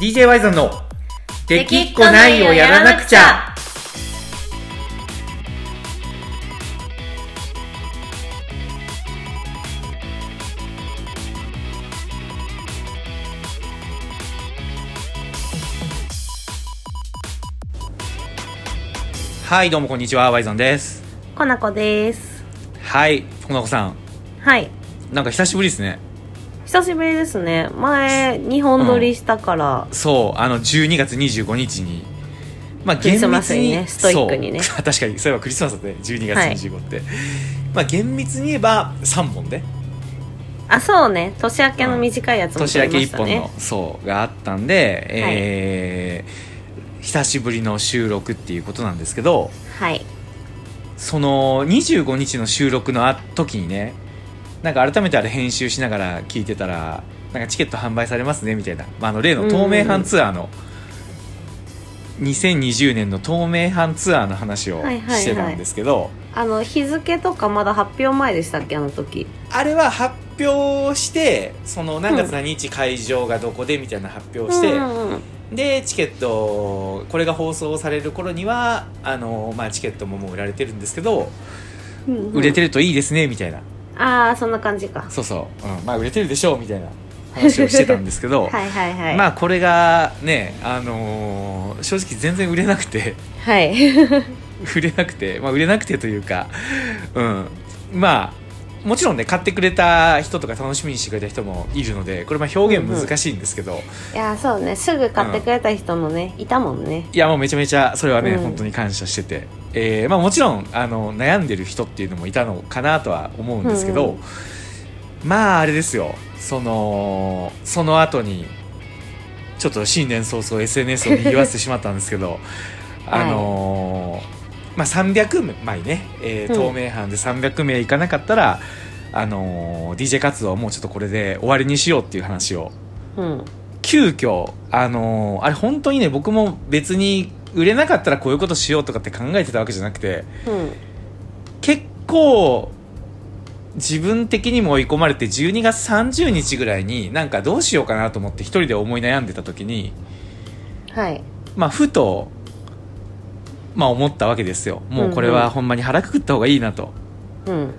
DJ ワイザンの「できっこないをやらなくちゃ」はいどうもこんにちはワイザンですコナコですはいこの子さんはいなんか久しぶりですね久しぶりですね前日本撮りしたから、そうあの12月25日にまあクリスマスにねストイックにねそう 確かにそういえばクリスマスだって12月はい25って、まあ厳密に言えば3本であそうね年明けの短いやつも年撮明りけまし1た本ねのそうがあったんで、えー久しぶりの収録っていうことなんですけどはいその25日の収録のあ時にねなんか改めてあれ編集しながら聞いてたらなんかチケット販売されますねみたいな、まあ、あの例の東名阪ツアーの2020年の東名阪ツアーの話をはいはいはいしてたんですけど、あの日付とかまだ発表前でしたっけあの時あれは発表してその何月何日会場がどこでみたいな発表をして、うんうんうんでチケットこれが放送される頃にはあの、まあ、チケットももう売られてるんですけど、うんうん売れてるといいですねみたいなああそんな感じかそうそう、うん、まあ売れてるでしょうみ たいな話をしてたんですけど、はいはいはい、まあこれがね、あのー正直全然売れなくて はい 売れなくて、まあ、売れなくてというか、うん、まあもちろんね買ってくれた人とか楽しみにしてくれた人もいるのでこれまあ表現難しいんですけど、いやそうねすぐ買ってくれた人もね、いたもんねいやもうめちゃめちゃそれはね、うん本当に感謝してて、えーまあ、もちろんあの悩んでる人っていうのもいたのかなとは思うんですけど、うんまああれですよそのその後にちょっと新年早々 SNS を賑わせてしまったんですけ ど、あのーまあ、300枚ね、えーう透ん明版で300名いかなかったら、あのー DJ 活動はもうちょっとこれで終わりにしようっていう話をうん急遽あのーあれ本当にね僕も別に売れなかったらこういうことしようとかって考えてたわけじゃなくてうん結構自分的にも追い込まれて12月30日ぐらいになんかどうしようかなと思って一人で思い悩んでた時にはいまあふとまあ思ったわけですよもうこれうんうはんほんまに腹くくった方がいいなと うん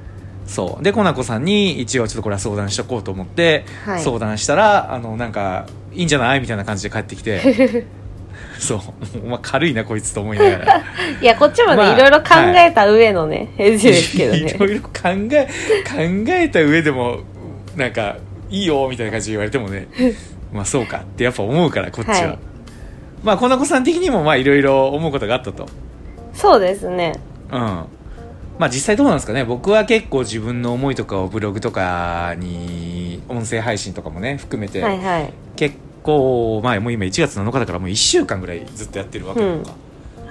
そうでコナコさんに一応ちょっとこれは相談しとこうと思ってはい相談したらあのなんかいいんじゃないみたいな感じで帰ってきて そうもうお前軽いなこいつと思いながらいやこっちもね、まあいろいろ考えた上のね返事 ですけ どいろねいろ考え考えた上でもなんかいいよみたいな感じで言われても ねまあそうかってやっぱ思うからこっちは、はいまあコナコさん的にもまあいろいろ思うことがあったとそうですねうんまあ実際どうなんですかね僕は結構自分の思いとかをブログとかに音声配信とかもね含めて、はいはい結構前もう今1月7日だからもう1週間ぐらいずっとやってるわけだかは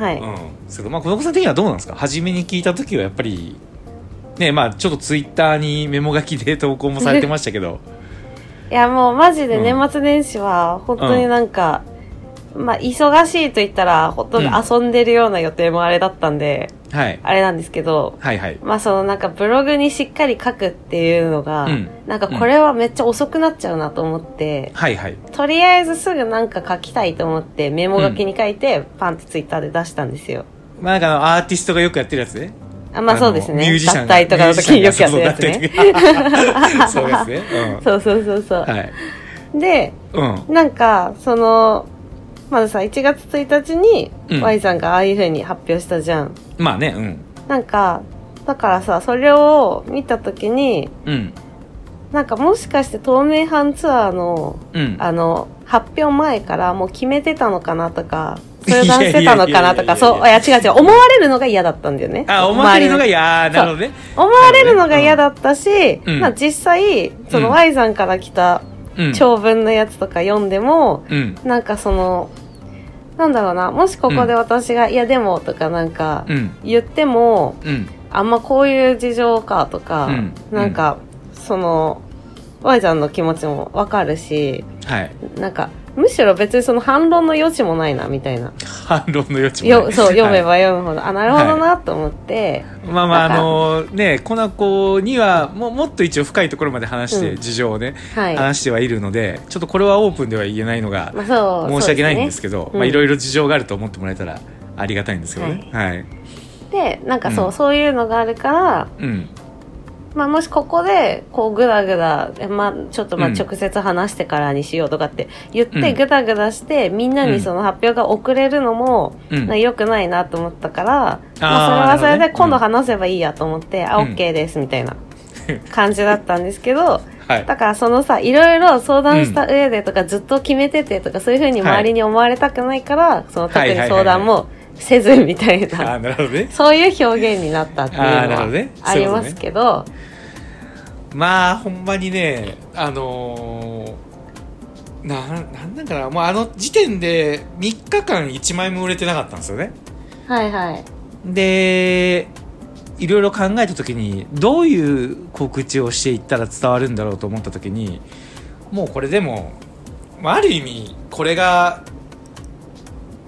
らうい、ん、ですけどまあ子供さん的にはどうなんですか初めに聞いた時はやっぱりねまあちょっとツイッターにメモ書きで投稿もされてましたけ どいやもうマジでうん年末年始は本当になんか、まあ忙しいと言ったらほとんど遊んでるような予定もあれだったんで、はいあれなんですけど、はいはいまあそのなんかブログにしっかり書くっていうのが、うんなんかこれはめっちゃ遅くなっちゃうなと思って、はいはいとりあえずすぐなんか書きたいと思ってメモ書きに書いてパンってツイッターで出したんですよ。まあなんかあのアーティストがよくやってるやつねあまあそうですのミューね。ジシャ脱ンが退とかの時によくやってるやつミューね。ジシャンがそう脱退 そうですね、そうそうそうそう。うん、はいで、うんなんか、その、まずさ、1月1日にうん Y さんがああいう風に発表したじゃん。まあねうんなんか、だからさ、それを見たときに、うんなんかもしかして透明版ツアーの、うんあの、発表前からもう決めてたのかなとか、それを出してたのかなとか、いやいそう、いやや違う違う、思われるのが嫌だったんだよね。あ思ってるのが周りいやーなるほどね思われるのが嫌だったし、うんまあ実際、そうんの Y さんから来たうん長文のやつとか読んでも、うんなんかその、なんだろうな、もしここで私が、いやでもとかなんかうん言っても、うんあんまこういう事情かとか、うんなんか、その、ワイちゃんの気持ちもわかるし、はい なんか、むしろ別にその反論の余地もないなみたいな反論の余地もないよそう読めはば読むほど、あなるほどなと思って、いまあまああなんかのねコナコにはもうもっと一応深いところまで話して、うん事情をねはい、話してはいるのでちょっとこれはオープンでは言えないのがまあ、そう申し訳ないんですけけどうんまあいろいろ事情があると思ってもらえたらありがたいんですけどねはい、どでなんかそう、うんそういうのがあるからうんまあ、もしここで、こう、ぐだぐだ、えまあ、ちょっとまあ、うん直接話してからにしようとかって言っうて、んぐだぐだして、みんなうんにその発表が遅れるのも、うんな良くないなと思ったから、あーまあ、それはそなれるでほど今ね度話せばいいやと思って、あ、うん OK です、みたいな感じだったんですけど、はいだからそのさ、いろいろ相談した上でとか、ずっと決めててとか、そういうふうに周りに思われたくないから、その特に相談もせずみたいあな あ、なるほどねそういう表現になったっていうのあーなるほどはねありますけど、まあほんまにねあのー、なんなんなんかなもうあの時点で3日間1枚も売れてなかったんですよねはいはい。でいろいろ考えた時にどういう告知をしていったら伝わるんだろうと思った時にもうこれでも、まあ、ある意味これが、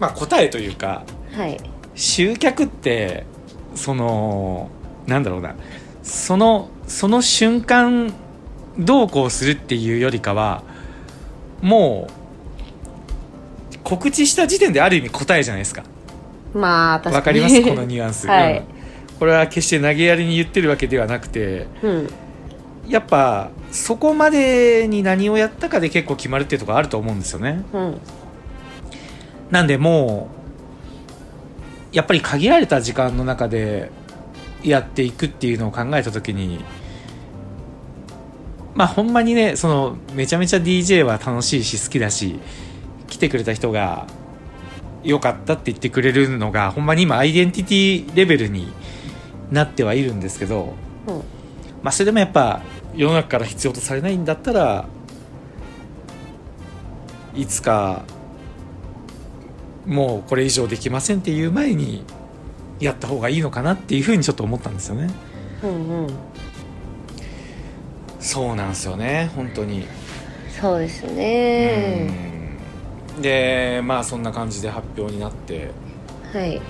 まあ、答えというかはい。集客ってそのなんだろうなそのその瞬間どうこうするっていうよりかはもう告知した時点である意味答えじゃないですかまあ、確かに。わかります このニュアンス、はいうんこれは決して投げやりに言ってるわけではなくてうん。やっぱそこまでに何をやったかで結構決まるっていうところあると思うんですよね うん。なんでもうやっぱり限られた時間の中でやっていくっていうのを考えた時にまあほんまにねそのめちゃめちゃ DJ は楽しいし好きだし来てくれた人が良かったって言ってくれるのがほんまに今アイデンティティレベルになってはいるんですけど、うんまあそれでもやっぱ世の中から必要とされないんだったらいつかもうこれ以上できませんっていう前にやった方がいいのかなっていうふうにちょっと思ったんですよねうんうん。そうなんですよね本当にそうですね。うんでまあそんな感じで発表になってはい。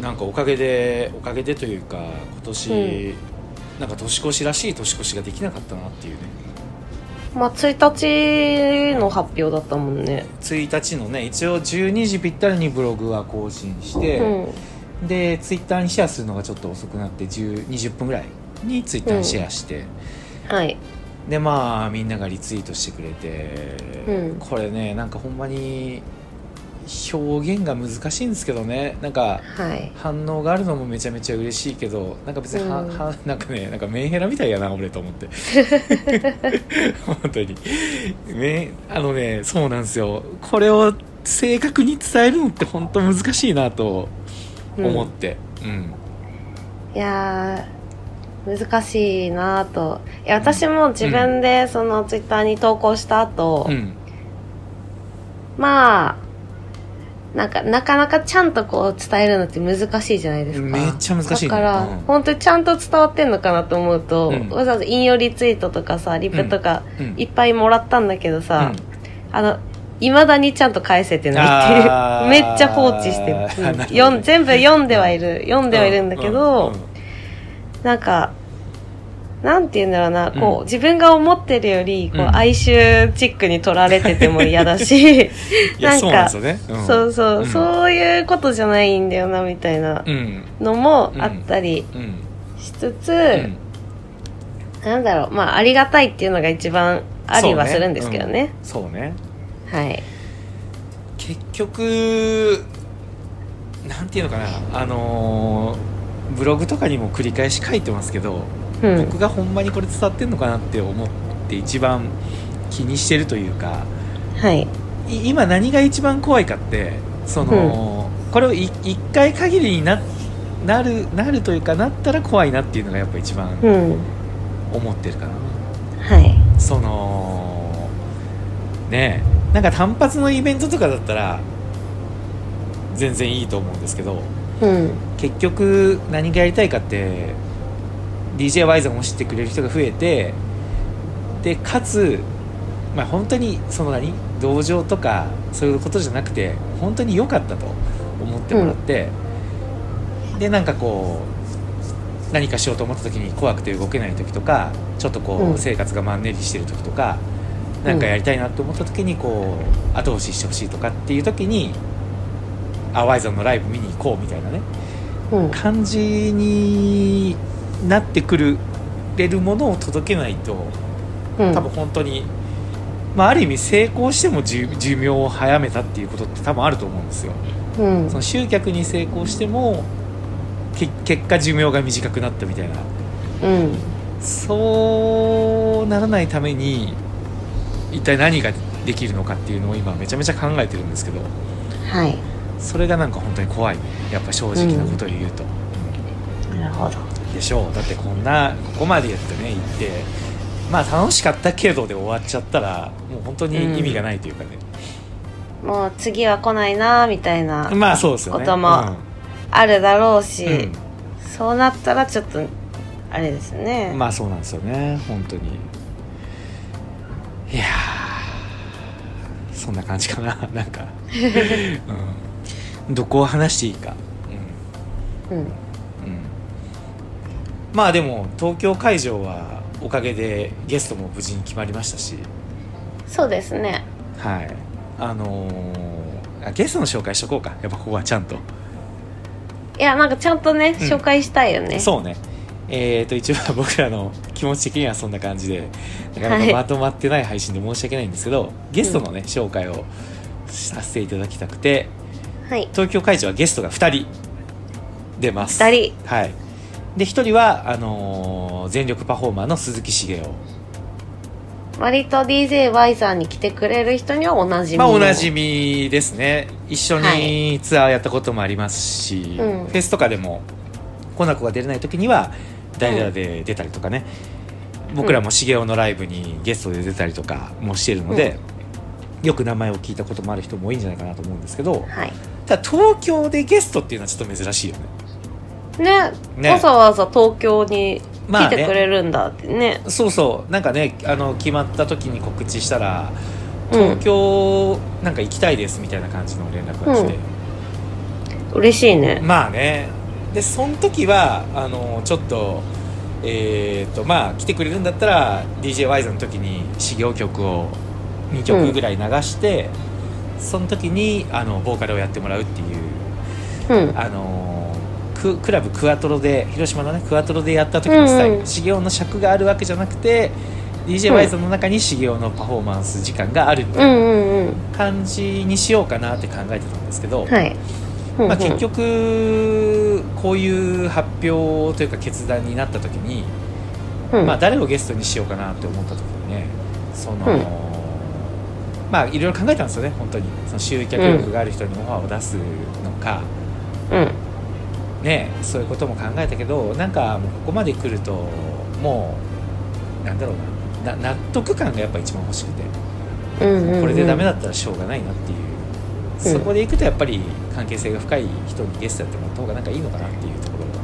なんかおかげでおかげでというか今年、うなんか年越しらしい年越しができなかったなっていうねまあ、1日の発表だったもんね。 1日のね一応12時ぴったりにブログは更新して、うん。でツイッターにシェアするのがちょっと遅くなって10 20分ぐらいにツイッターにシェアして、はい。でまあみんながリツイートしてくれて、うんこれねなんかほんまに表現が難しいんですけどねなんかはい。反応があるのもめちゃめちゃ嬉しいけどなんか別には、うんはなんかねなんかメンヘラみたいやな俺と思って 本当にめあのねそうなんですよこれを正確に伝えるのって本当難しいなと思って、うんいやー、難しいなぁと。いや、私も自分で、その、ツイッターに投稿した後、うんまあ、なんか、なかなかちゃんとこう伝えるのって難しいじゃないですか。めっちゃ難しいねだから、うん本当にちゃんと伝わってんのかなと思うと、うんわざわざ引用リツイートとかさ、リプとか、うんいっぱいもらったんだけどさ、うんあの、未だにちゃんと返せてなあーいっていう。めっちゃ放置 してるなるほどうんね読ん全部読んではいる。読んではいるんだけど、うんうんなんか、なんて言うんだろうな、こう、うん自分が思ってるより、こうう、ん哀愁チックに取られてても嫌だし、いやそうなんですよね、うんそうそう、んそういうことじゃないんだよなみたいなうんのもあったりうんしつつ、うんなんだろうまあありがたいっていうのが一番ありはするんですけどねそうねはい結局なんていうのかなあのーブログとかにも繰り返し書いてますけど、うん僕がほんまにこれ伝わってんのかなって思って一番気にしてるというかはいい今何が一番怖いかってその、これをい一回限りにななるなるというかなったら怖いなっていうのがやっぱ一番うん思ってるかな、はいそのねえなんか単発のイベントとかだったら全然いいと思うんですけどうん結局何がやりたいかって DJY さんを知ってくれる人が増えてでかつまあ、本当にその何同情とかそういうことじゃなくて本当に良かったと思ってもらって、でなんかこう何かしようと思った時に怖くて動けない時とかちょっとこう、うん生活がマンネリしてる時とかなんかやりたいなと思った時にこう後押ししてほしいとかっていう時に「あワイゾンのライブ見に行こう」みたいなねうん感じになってくるれるものを届けないとうん多分本当に、まあ、ある意味成功しても寿寿命を早めたっていうことって多分あると思うんですようんその集客に成功してもけ結果寿命が短くなったみたいなうんそうならないために一体何ができるのかっていうのを今めちゃめちゃ考えてるんですけどはいそれがなんか本当に怖いやっぱ正直なことを言うと、なるほどでしょうだってこんなここまでやってね行ってまあ楽しかったけどで終わっちゃったらもう本当に意味がないというかね、もう次は来ないなみたいな、まあそうですよねこともあるだろうし、うんそうなったらちょっとあれですね、うんまあそうなんですよね本当にいやーそんな感じかな なんか、うん、どこを話していいか、うんうんうん、まあでも東京会場はおかげでゲストも無事に決まりましたしそうですねはいあのーあゲストの紹介しとこうかやっぱここはちゃんといやなんかちゃんとね、うん紹介したいよねそうねえー、と一応僕らの 気持ち的にはそんな感じでなかなはいかまとまってない配信で申し訳ないんですけど、ゲストのね紹介をさせていただきたくてはい東京会場はゲストが2人出ます二人はいで1人はあのー全力パフォーマーの鈴木茂雄割と DJY さんに来てくれる人にはおなじみまのあおなじみですね一緒はにツアーやったこともありますし、うんフェスとかでもコナコが出れない時には代打で出たりとかね、僕らも茂雄のライブにゲストで出たりとかもしてるので、よく名前を聞いたこともある人も多いんじゃないかなと思うんですけどはいただ東京でゲストっていうのはちょっと珍しいよねねねわざわざ東京にまあ来ねてくれるんだってね,、そうそうなんかねあの決まった時に告知したらうん東京なんか行きたいですみたいな感じの連絡が来て、うん嬉しいね まあねでその時はあのちょっとえっ、とまあ来てくれるんだったら d j ワイズの時に修行曲を2曲ぐらい流して、その時にあのボーカルをやってもらうっていううんあのククラブクアトロで広島のねクアトロでやった時のスタイうんうルん修行、の尺があるわけじゃなくて d j ワイズの中に修行のパフォーマンス時間があるみうたいんうんうんな感じにしようかなって考えてたんですけど、はい、まあ、うんうん結局こういう発表というか決断になった時に、うんまあ、誰をゲストにしようかなって思った時にねその、うんまあいろいろ考えたんですよね本当にその集客力がある人にオファーを出すのか、うんねそういうことも考えたけどなんかもうここまで来るともうなんだろうなな納得感がやっぱ一番欲しくて。うんうんうんこれでダメだったらしょうがないなっていう、うんそこでいくとやっぱり関係性が深い人にゲストやってもらった方がなんかいいのかなっていうところが、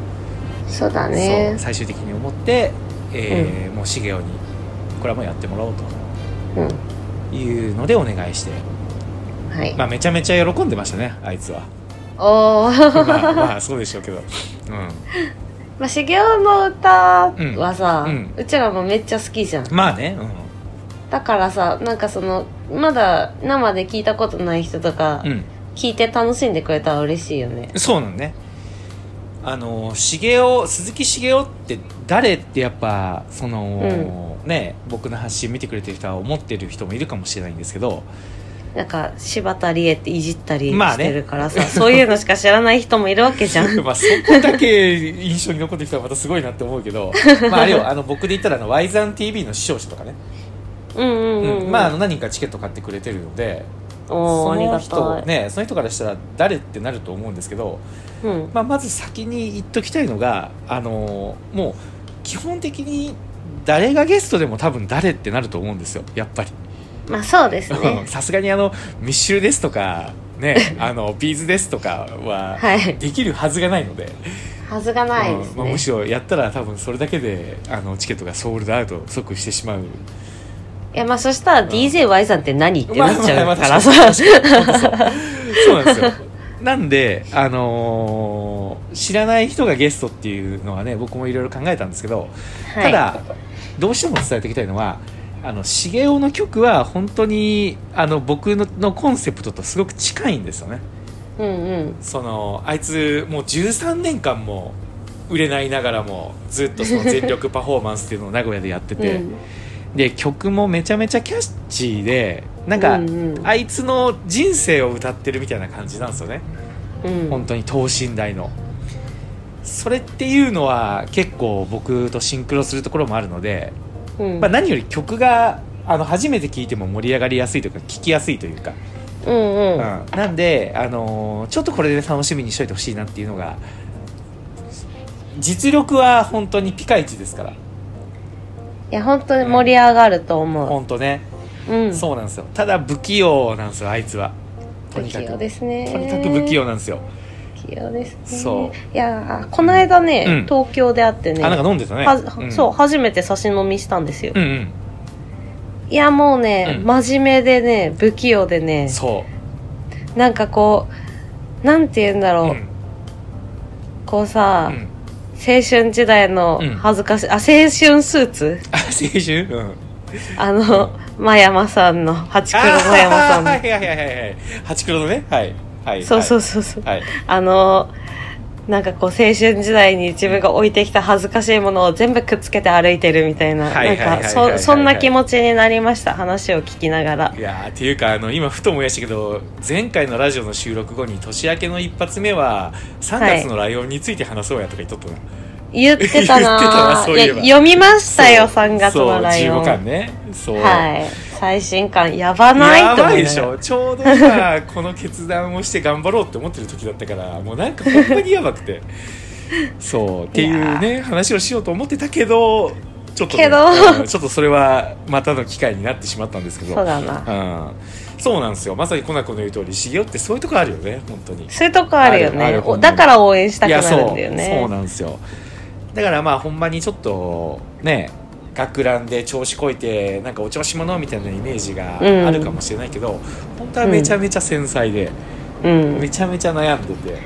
そうだそうね最終的に思って、えーもう茂雄にこれはもうやってもらおうう、ん、というのでお願いして、はい、まあ、めちゃめちゃ喜んでましたねあいつ はおまあー まあそうでしょうけど、まあ茂雄の歌はさ、ううんうんちらもめっちゃ好きじゃんうん、まあね、だからさなんかそのまだ生で聞いたことない人とか、うん、うん、聞いて楽しんでくれたら嬉しいよ ねそうなんねあの茂雄鈴木茂雄って誰ってやっぱその、ね僕の発信見てくれてる人は思ってる人もいるかもしれないんですけどなんか柴田理恵っていじったりまあしねてるからさ、そういうのしか知らない人もいるわけ じゃんまあそこだけ印象に残ってきたらまたすごいなって思うけどまああれよあの僕で言ったらあの y ザン t v の視聴者とかね、うんうんうん、うんまああの何人かチケット買ってくれてるのでおーそありのがた人い、ねその人からしたら誰ってなると思うんですけどうんまあ、まず先に言っときたいのが、あのーもう基本的に誰がゲストでも多分誰ってなると思うんですよやっぱりまあそうですね さすがにあのミッシュルですとか ねあのビーズですとかははいできるはずがないので、はずがないですうんまね、あ、むしろやったら多分それだけであのチケットがソールドアウト即してしまういやまあそしたら DJY さんって何ってまあなっちゃうからまあまあさそうなんですよ。なんで、あのー知らない人がゲストっていうのはね、僕もいろいろ考えたんですけど、ただ、どうしても伝えていきたいのは、あの、茂雄の曲は本当に、あの、僕ののコンセプトとすごく近いんですよね。い、うんうんその、あいつ、もう13年間も、売れないながらも、ずっとその全力パフォーマンスっていうのを名古屋でやってて、うんで、曲もめちゃめちゃキャッチーで、なんか、うんうんあいつの人生を歌ってるみたいな感じなんですよね。うん本当に等身大のそれっていうのは結構僕とシンクロするところもあるので、うんまあ、何より曲があの初めて聴いても盛り上がりやすいというか聴きやすいというか、うんうんうんなんで、あのーちょっとこれで楽しみにしといてほしいなっていうのが実力は本当にピカイチですからいや本当に盛り上がると思う、本当ね、うんそうなんですよただ不器用なんですよあいつはとにか不器く用ですねとにかく不器用なんですよ、不器用ですねそういやーこの間ね、うん東京で会ってねあなんか飲んでたねはうんそう初めて差し飲みしたんですよ、うんうんいやもうね、うん真面目でね不器用でねそなんかこうなんて言うんだう、うろう、んこうさ、うん青春時代のうん恥ずかしい、あ青春スーツあ青春うんあの、真山さんの八黒あ真山さんー はのいはいはいはいはい八黒のねはいはいそうそううそうそう、はいあのなんかこう青春時代に自分が置いてきた恥ずかしいものを全部くっつけて歩いてるみたいなはいはないんはいはいはいかそそんな気持ちになりました話を聞きながらいやーっていうかあの今ふと思い出したけど前回のラジオの収録後に年明けの一発目は3月のライオンについて話そうやとか言っとったな、言ってたな言ってたなそういえばや読みましたよそう3月のライそう15オン、巻ねそう、はい最新刊やばないやとば思いいでなしがらょちょうど今この決断をして頑張ろうって思ってる時だったからもうなんかほんまにやばくてそうっていうね話をしようと思ってたけどちょっとね、けどうんちょっとそれはまたの機会になってしまったんですけどそうだなうん、そうなんですよまさにコナコの言う通り茂雄ってそういうとこあるよね本当にそういうとこあるよあるあねるおだから応援したくなるんだよいやそうそうねなんですよだからまあほんまにちょっとね学ランで調子こいてなんかお調子者みたいなイメージがあるかもしれないけど、本当はめちゃめちゃ繊細で、うんめちゃめちゃ悩んでて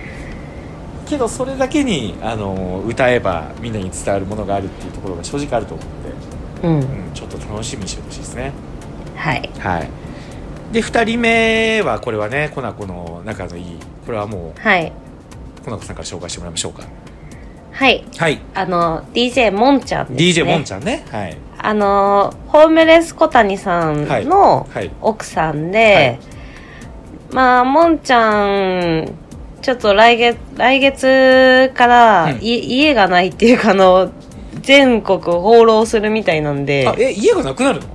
けどそれだけにあの歌えばみんなに伝わるものがあるっていうところが正直あると思うんで、うんうん、ちょっと楽しみにしてほしいですねはいはいで2人目はこれはねコナコの仲のいいこれはもはいうコナコさんから紹介してもらいましょうかはいはいあの DJ もんちゃんです DJ ねもんちゃんねはいあのホームレス小谷さんのはい奥さんで、まあもんちゃんちょっと来月来月から、うんい家がないっていうかあの全国放浪するみたいなんあでえ家がなくなるの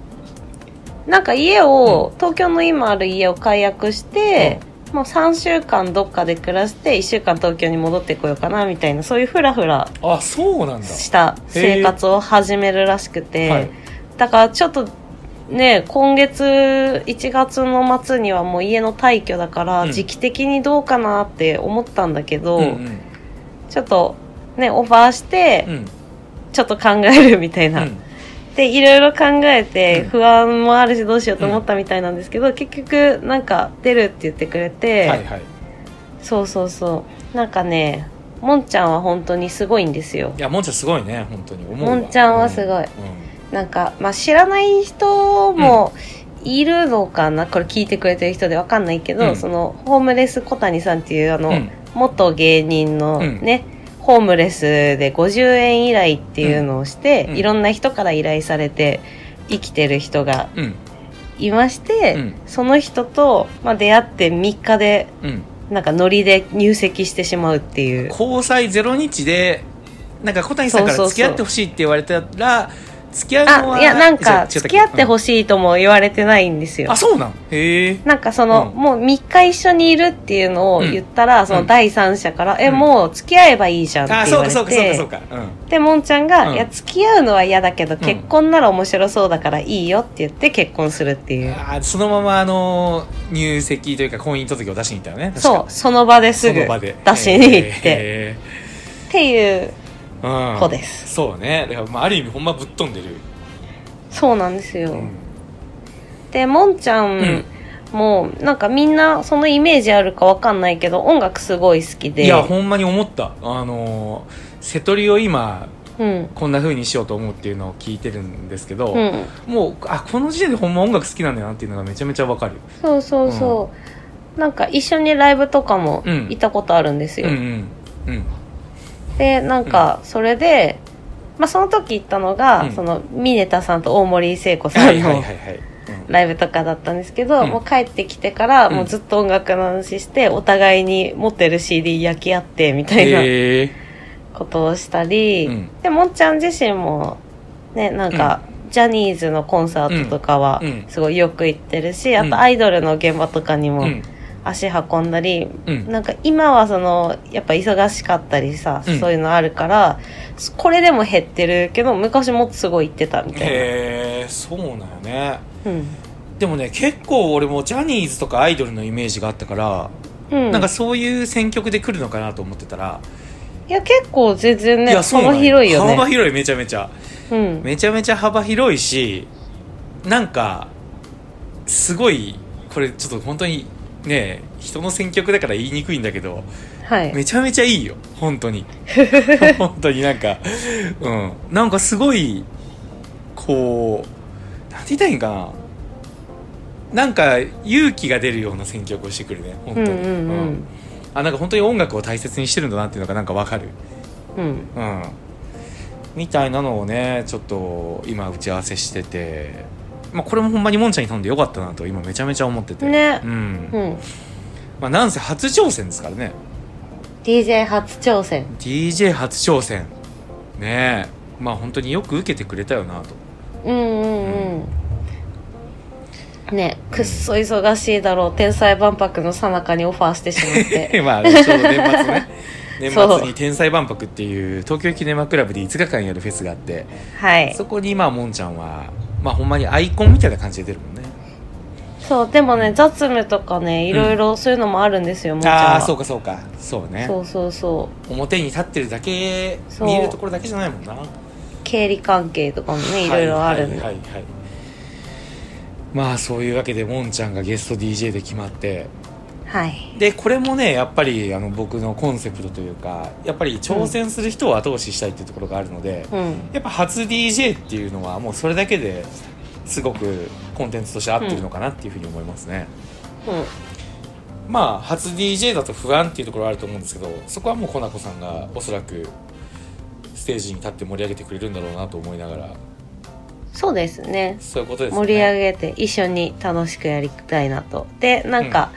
なんか家を、東京の今ある家を解約して、もう3週間どっかで暮らして1週間東京に戻ってこようかなみたいなそういうふらふらあそうなんだした生活を始めるらしくて、はいだからちょっとね今月1月の末にはもう家の退去だから、うん時期的にどうかなって思ったんだけど、うんうんちょっとねオファーしてうんちょっと考えるみたいうな、んでいろいろ考えてうん不安もあるしどうしようと思ったみたいなんですけど、結局なんか出るって言ってくれて、はいはいそうそうそうなんかねもんちゃんは本当にすごいんですよいやもんちゃんすごいね本当に思うわもんちゃんはすごいなんか、まあ、知らない人もいるのかな、これ聞いてくれてる人でわかんないけど、うんそのホームレス小谷さんっていうあの、うんうん元芸人のうんね、ホームレスで50円依頼っていうのをして、うんいろんな人から依頼されて生きてる人がうんいまして、うんその人と、まあ、出会って3日でうんなんかノリで入籍してしまうっていう交際0日でなんか小谷さんかそらうそうそう付き合ってほしいって言われたら付き合うのはあいやなんじゃかあ違たっけ付き合ってほしいとも言われてないんですよ、うんあそうなんへえなんかその、うんもう3日一緒にいるっていうのを言ったら、んその第三者から、え、うんもう付き合えばいいじゃんってあ言そうわかれそうかそうかそうて。かうんで、もんちゃんが、うんいや、付き合うのは嫌だけど、ん結婚なら面白そうだからいいよって言って結婚するっていう。あそのままあの入籍というか婚姻届を出しに行ったよね確かそう、その場ですそぐの場出でしに行って。へっていうーうん子です。そうねだからまあある意味ほんまぶっ飛んでるそうなんですよ。うんでもんちゃんもなんかみんなそのイメージあるかわかんないけど音楽すごい好きでいやほんまに思ったあの瀬戸りを今うんこんな風にしようと思うっていうのを聞いてるんですけど、うんもうあこの時点でほんま音楽好きなんだよなっていうのがめちゃめちゃわかるよそうそうそう、なんか一緒にライブとかもうん行ったことあるんですよ、うんうんうんでなんかそれで、まあ、その時行ったのが、うんそのミネタさんと大森聖子さはいんはいはのいはい、ライブとかだったんですけど、うんもう帰ってきてから、うんもうずっと音楽の話してお互いに持ってる CD 焼き合ってみたいなへえことをしたり、うんでもっちゃん自身もねなんか、ジャニーズのコンサートとかはうんすごいよく行ってるし、うあんとアイドルの現場とかにうもん足運んだり、うんなんか今はそのやっぱ忙しかったりさ、うんそういうのあるからこれでも減ってるけど昔もっとすごい行ってたみたいへえそうなんよねな、うんでもね結構俺もジャニーズとかアイドルのイメージがあったから、うん、なんかそういう選曲で来るのかなと思ってたら、いや結構全然ねいやそうな幅んよ広いよ幅ね広いめちゃめちゃうんめちゃめちゃ幅広いしなんかすごいこれちょっと本当にね人の選曲だから言いにくいんだけどはいめちゃめちゃいいよ本当 に本当になんかうんなんかすごいこうなんて言ったらいいんかななんか勇気が出るような選曲をしてくるね本う当んに、うんううんんあなんか本当に音楽を大切にしてるんだなっていうのがなんかわかるうんうんみたいなのをねちょっと今打ち合わせしてて、まあ、これもほんまにもんちゃんに頼んでよかったなと今めちゃめちゃ思っててねうんうん、まあ、なんせ初挑戦ですからね DJ 初挑戦 DJ 初挑戦ねえまあ本当によく受けてくれたよなとうんうんうんねくっそ忙しいだろう天才万博の最中にオファーしてしまっ てまあちょうど年末 ね年そう末に「天才万博」っていう東京駅ネマクラブで5日間やるフェスがあってはいそこにまあもんちゃんはまあほんまにアイコンみたいな感じで出るもんねそうでもね雑務とかねいろいろそういうのもあるんですよ、もんちゃんはああーそうかそうかそうねそうそうそう表に立ってるだけそう見えるところだけじゃないもんな経理関係とかもねいろいろあるんで、はいはいはいはいまあそういうわけでもんちゃんがゲスト DJ で決まってはいでこれもねやっぱりあの僕のコンセプトというかやっぱり挑戦する人を後押ししたいっていうところがあるので、うんやっぱ初 DJ っていうのはもうそれだけですごくコンテンツとして合ってるのかなっていうふうに思いますね、まあ初 DJ だと不安っていうところはあると思うんですけどそこはもうコナコさんがおそらくステージに立って盛り上げてくれるんだろうなと思いながらそうですねそういうことですね盛り上げて一緒に楽しくやりたいなとでなんか、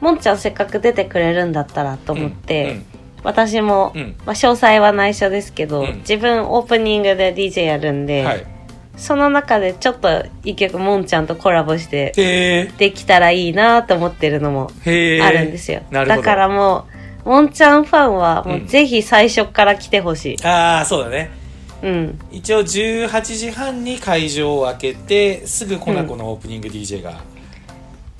もんちゃんせっかく出てくれるんだったらと思って、私も、うんうんまあ、詳細は内緒ですけど、うん自分オープニングで DJ やるんうで、んはいその中でちょっと一曲もんちゃんとコラボしてへーできたらいいなと思ってるのもへーあるんですよ、なるほだどからもうもんちゃんファンはもううんぜひ最初から来てほしい、ああそうだねうん、一応18時半に会場を開けてすぐコナコのオープニング DJ が、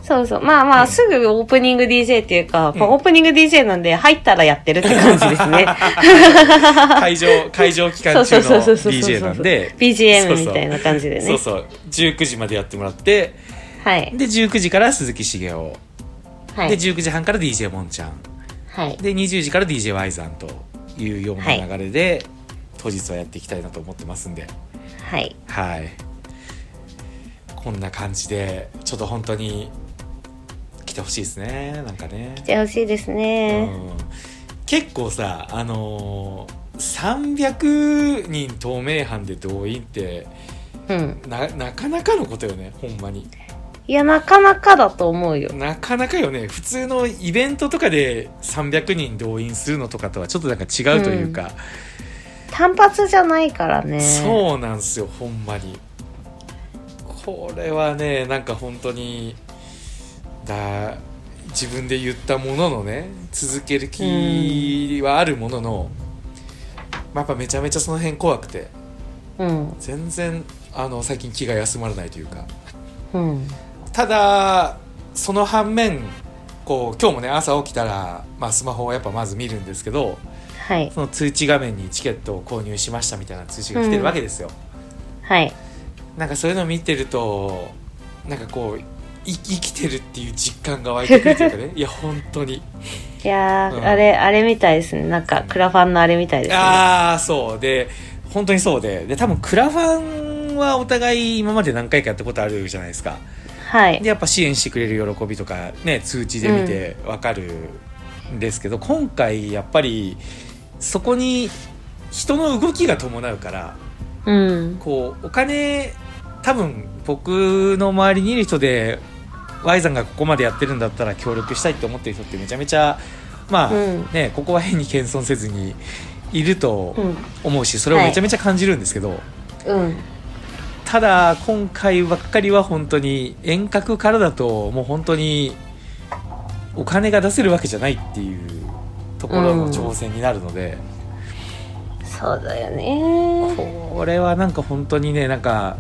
そうそう。まあまあ、すぐオープニング DJ っていうか、まあオープニング DJ なんで入ったらやってるって感じで すね。会 場会場期そ間うそ中うのそうそうそう。 DJ なんで BGM みたいな感じでね。そうそう19時までやってもらってはい。で19時から鈴木茂雄、はでい。 19時半から DJ もんちゃんはい。で20時から d j y さんというような流れで、当日はやっていきたいなと思ってますんではい。はいこんな感じでちょっと本当に来てほしいですねなんかね来てほしいですね。うん、結構さあのー300人透明班で動員ってうん。ななかなかのことよねほんまにいや、なかなかだと思うよ。なかなかよね普通のイベントとかで300人動員するのとかとはちょっとなんか違うというか、単発じゃないからね。そうなんすよほんまにこれはねなんか本当にだ自分で言ったもののね続ける気はあるものの、まあやっぱめちゃめちゃその辺怖くてう。うん。全然あの最近気が休まらないというかうん。ただその反面こう今日もね朝起きたら、まあ、スマホをやっぱまず見るんですけどはい。その通知画面にチケットを購入しましたみたいな通知が来てるわけですよ、はい。なんかそういうの見てるとなんかこうい生きてるっていう実感が湧いてくるというかねいや本当にいやー、うんあれ、あれみたいですね。なんか、クラファンのあれみたいですね。ああそうで本当にそうでで多分クラファンはお互い今まで何回かやったことあるじゃないですかはい。でやっぱ支援してくれる喜びとかね通知で見てわかるんですけど、今回やっぱりそこに人の動きが伴うからうん。こうお金多分僕の周りにいる人で Y さんがここまでやってるんだったら協力したいって思ってる人ってめちゃめちゃまあ、うんねここは変に謙遜せずにいるとうん。思うしそれをめちゃめちゃ感じるんですけど、うん。ただ今回ばっかりは本当に遠隔からだともう本当にお金が出せるわけじゃないっていうところの挑戦になるので、そうだよね。これはなんか本当にねなんか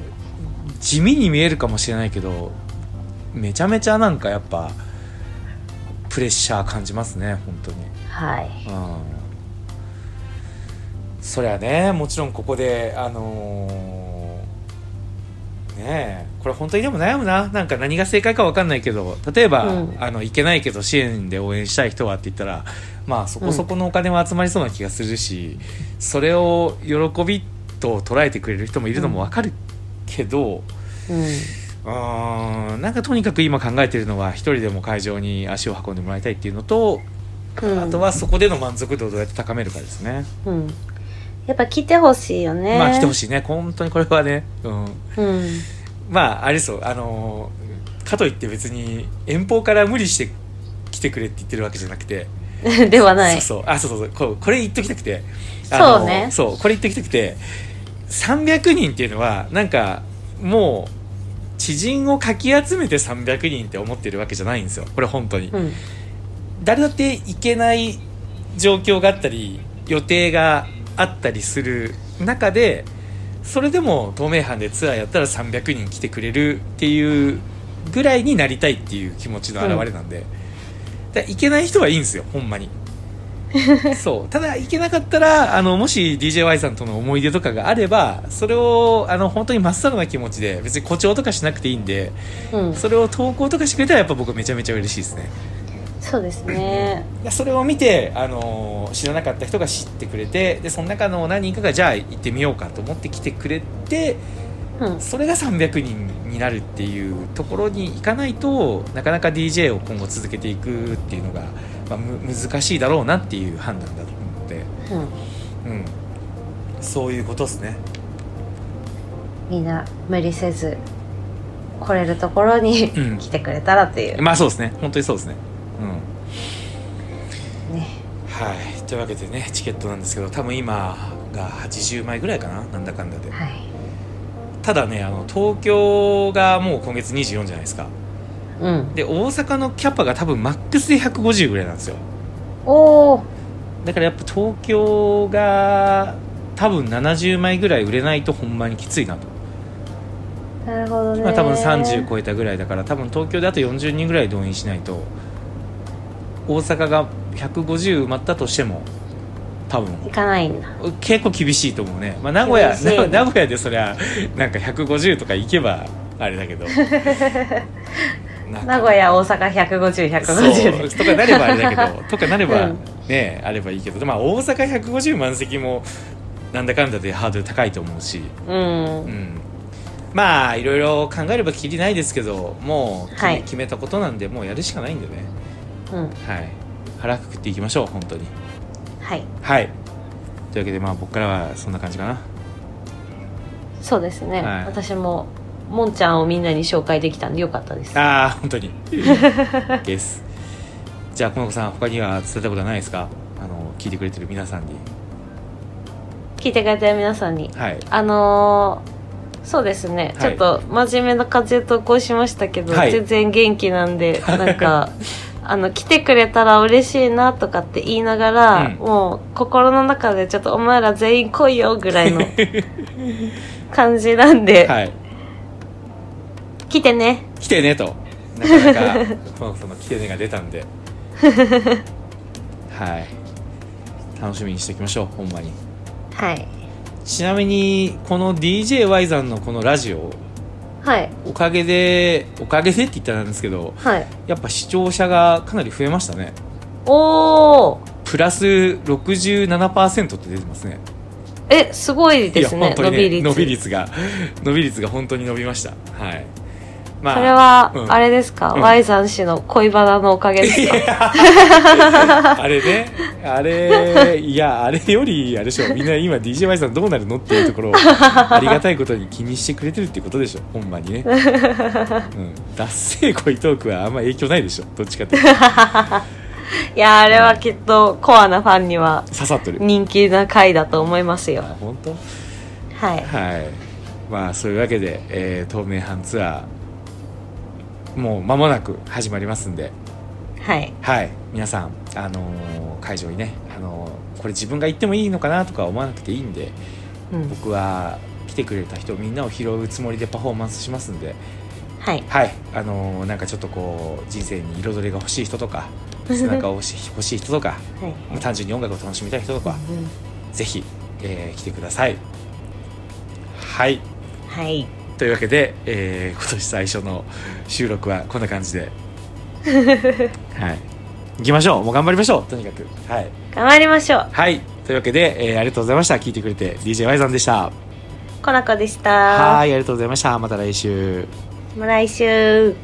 地味に見えるかもしれないけどめちゃめちゃなんかやっぱプレッシャー感じますね本当に。はい。うんそりゃねもちろんここであのーねえこれ本当にでも悩むななんか何が正解か分かんないけど例えば、うんあのいけないけど支援で応援したい人はって言ったらまあそこそこのお金は集まりそうな気がするし、それを喜びと捉えてくれる人もいるのも分かるけど、うん。うーんなんかとにかく今考えてるのは一人でも会場に足を運んでもらいたいっていうのとうん、あとはそこでの満足度をどうやって高めるかですね。うん。やっぱ来てほしいよね。まあ来てほい。しいね。本当にこれはね。うん。うん。まあ、あれですよ。あのーかといって別に遠方から無理して来てくれって言ってるわけじゃなくて。 ではない。そうそう。あ、そうそうそう。こうこれ言っときたくて。そうねそう。これ言っときたくて。300人っていうのは、なんか、もう、知人をかき集めて300人って思ってるわけじゃないんですよ。これ本当に。うん。誰だって行けない状況があったり予定があったりする中でそれでも東名阪でツアーやったら300人来てくれるっていうぐらいになりたいっていう気持ちの表れなんで、だから行けない人はいいんですよほん まにそうただ行けなかったらあのもし DJY さんとの思い出とかがあればそれをあの本当にまっさらな気持ちで別に誇張とかしなくていいんでうん。それを投稿とかしてくれたらやっぱ僕めちゃめちゃ嬉しいですねそうですね。いやそれを見て、あのー知らなかった人が知ってくれてでその中の何人かがじゃあ行ってみようかと思って来てくれてうん。それが300人になるっていうところに行かないとなかなか DJ を今後続けていくっていうのが、まあ、む難しいだろうなっていう判断だと思うので、うん。うん、そういうことですね。みんな無理せず、来れるところにうん来てくれたらっていう。まあそうですね本当にそうですね。うんね。はい、というわけでねチケットなんですけど多分今が80枚ぐらいかななんだかんだで。はい。ただねあの東京がもう今月24じゃないですかうん。で大阪のキャパが多分マックスで150ぐらいなんですよおー。だからやっぱ東京が多分70枚ぐらい売れないとほんまにきついなとなるほどね。今多分30超えたぐらいだから多分東京であと40人ぐらい動員しないと大阪が150埋まったとしても多分行かないんだ。結構厳しいと思うね、まあ、名古屋厳しいな 名古屋でそりゃなんか150とか行けばあれだ けどなんか名古屋大阪150、そう150とかなればあれだけどとかなればうんね、あればいいけどでまあ大阪150満席もなんだかんだでハードル高いと思うし、ううんん、まあいろいろ考えればきりないですけどもう決め,、はい決めたことなんでもうやるしかないんでね、うはんい、腹くくっていきましょう本当にはいはいというわけでまあ僕からはそんな感じかなそうですね、はい私ももんちゃんをみんなに紹介できたんでよかったですああ本当にですじゃあこの子さん他には伝えたことはないですかあの聞いてくれてる皆さんに聞いてくれた皆さんにはいあのーそうですね、はいちょっと真面目な感じで投稿しましたけど、はい全然元気な んでなんかあの来てくれたら嬉しいなとかって言いながら、うんもう心の中でちょっとお前ら全員来いよぐ らいの感じなんで、はい来てね来てねとなか なかこの子の来てねが出たん ではい楽しみにしていきましょうほんまにはいちなみにこの DJY さんのこのラジオはいおかげでおかげでって言ったらなんですけどはいやっぱ視聴者がかなり増えましたねおおプラス67%って出てますねえすごいですいや本ね当伸にび率伸び率が伸び率が本当に伸びましたはいまそれは、うんあれですか、うん Y さん氏の恋バナのおかげですか あれね、あれ、いや、あれより、あれでしょ、みんな今 DJY さんどうなるのっていうところを、ありがたいことに気にしてくれてるっていうことでしょ、ほんまにね。うん。脱成恋トークはあんま影響ないでしょ、どっちかっていうといやあれはきっとコアなファンには刺さってる。人気な回だと思いますあよ、本当はいはい。まあ、そういうわけで、えー、透明版ツアー、もう間もなく始まりますんで、はいはい、皆さん、あのー会場にね、あのーこれ自分が行ってもいいのかなとか思わなくていいんで、うん僕は来てくれた人みんなを拾うつもりでパフォーマンスしますんで、はいはい、あのーなんかちょっとこう人生に彩りが欲しい人と か、背中を欲しい欲しい人とか、はいまあ単純に音楽を楽しみたい人とか、うんぜひ、えー来てください。はい、はいというわけで、えー今年最初の収録はこんな感じ で、はい、行きましょう。もう頑張りましょう。とにかく、はい、頑張りましょうはい、というわけで、えーありがとうございました。聞いてくれて DJY さんでした。コナコでしたはい、ありがとうございました。また来週。もう来週